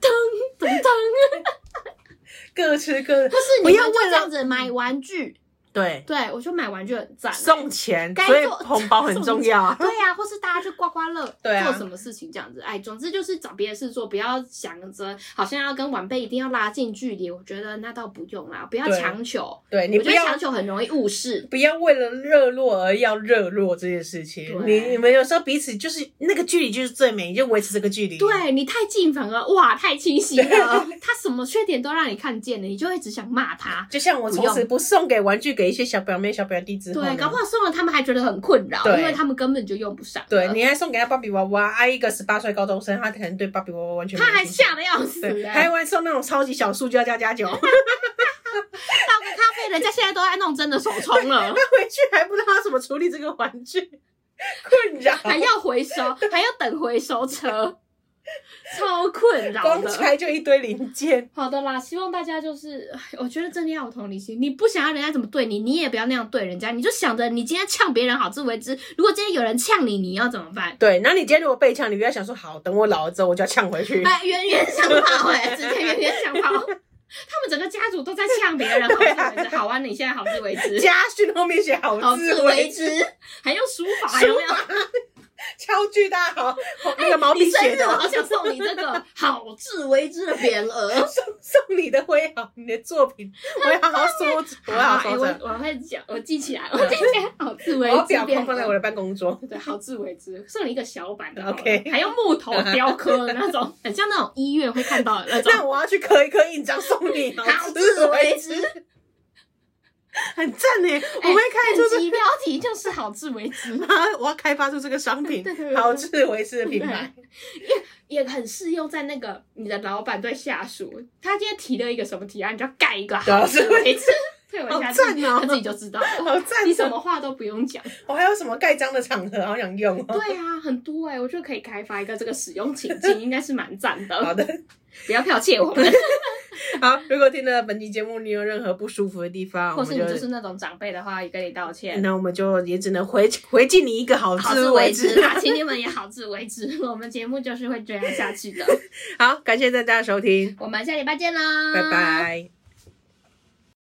B: 各吃各的。
A: 不是
B: 不
A: 你
B: 要
A: 们就
B: 为
A: 这
B: 了
A: 样子买玩具，
B: 对，
A: 对我就买玩具很赞。
B: 送钱，
A: 该
B: 所以
A: 做
B: 红包很重要啊。
A: 对呀、或是大家去刮刮乐，
B: 对啊
A: 做什么事情这样子，哎，总之就是找别的事做，不要想着好像要跟晚辈一定要拉近距离，我觉得那倒不用啦，不要
B: 对
A: 强求，
B: 对你
A: 我
B: 不
A: 觉得
B: 要
A: 强求很容易误事。
B: 不要为了热络而要热络这件事情。你
A: 对
B: 你们有时候彼此就是那个距离就是最美，你就维持这个距离。，
A: 对你太近反而哇太清晰了， 他什么缺点都让你看见了，你就会只想骂他。
B: 就像我从
A: 不
B: 此
A: 用
B: 不送给玩具给一些小表妹、小表弟之后呢，
A: 对，搞不好送了他们还觉得很困扰，
B: 对
A: 因为他们根本就用不上。
B: 对，你还送给他芭比娃娃，啊，一个十八岁高中生，他可能对芭比娃娃完全没
A: 他
B: 有
A: 还
B: 兴趣
A: 吓得要死、
B: 对，
A: 欸，
B: 还玩送那种超级小塑胶加加酒，他
A: 倒个咖啡，人家现在都在弄真的手冲 了，
B: 回去还不知道他怎么处理这个玩具，困扰，
A: 还要回收，还要等回收 车，超困扰
B: 光
A: 的。
B: 拆就一堆零件，
A: 好的啦，希望大家就是，哎我觉得真的要有同理心。你不想要人家怎么对你，你也不要那样对人家，你就想着你今天呛别人好自为之。如果今天有人呛你，你要怎么 办？
B: 对，那你今天如果被呛，你不要想说好，等我老了之后我就要呛回 去，
A: 哎，冤冤相报
B: 欸
A: 哎、 直接冤冤相报。 他们整个家族都在呛别人，好自为之。好啊，你现在好自为之，
B: 家训后面写 好
A: 好
B: 自
A: 自
B: 为
A: 为
B: 之，
A: 之，还用书法
B: 书
A: 有没有？
B: 超巨大好，那个毛笔
A: 你生
B: 写
A: 日哦我，
B: 的
A: 好想送你这 个好自为之 的匾额。
B: 送送你的徽好，你的作品，我要好好收 着，我要好好
A: 哎
B: 收
A: 我
B: 着，
A: 我会讲，我记起来，我记起来，好自
B: 我
A: 为
B: 要
A: 之
B: 裱框
A: 匾
B: 放在我
A: 额。
B: 的办公桌。
A: 对，好自为之，送你一个小版的好了
B: OK
A: 还用木头雕刻的那种，很像那种医院会看到的那种。
B: 那我要去刻一刻印章送你，
A: 好自为之，
B: 很赞呢！ 我
A: 哎
B: 会看出
A: 本
B: 这
A: 集标题就是好自为之，
B: 啊，我要开发出这个商品
A: 对对对，对
B: 好自为之的品牌。
A: 也很适用在那个你的老板对下属，他今天提了一个什么提案，你就要盖一个好自为之，配合一下自己，
B: 好赞哦
A: 他自己就知道了。
B: 好赞哦！
A: 你什么话都不用讲。
B: 我还有什么盖章的场合，好想用 哦。
A: 对啊，很多哎、我觉得可以开发一个这个使用情境，应该是蛮赞
B: 好
A: 的。
B: 的，
A: 不要剽窃我们，
B: 好。如果听了本期节目，你有任何不舒服的地方，我
A: 或是
B: 们
A: 你
B: 就
A: 就是那种长辈的话，也跟你道歉。
B: 那我们就也只能回回敬你一个好
A: 好
B: 自
A: 自
B: 为
A: 为
B: 之
A: 之。啦，请你们也好自为之。我们节目就是会这样下去的。
B: 好，感谢大家的收听，
A: 我们下礼拜见啦，
B: 拜拜。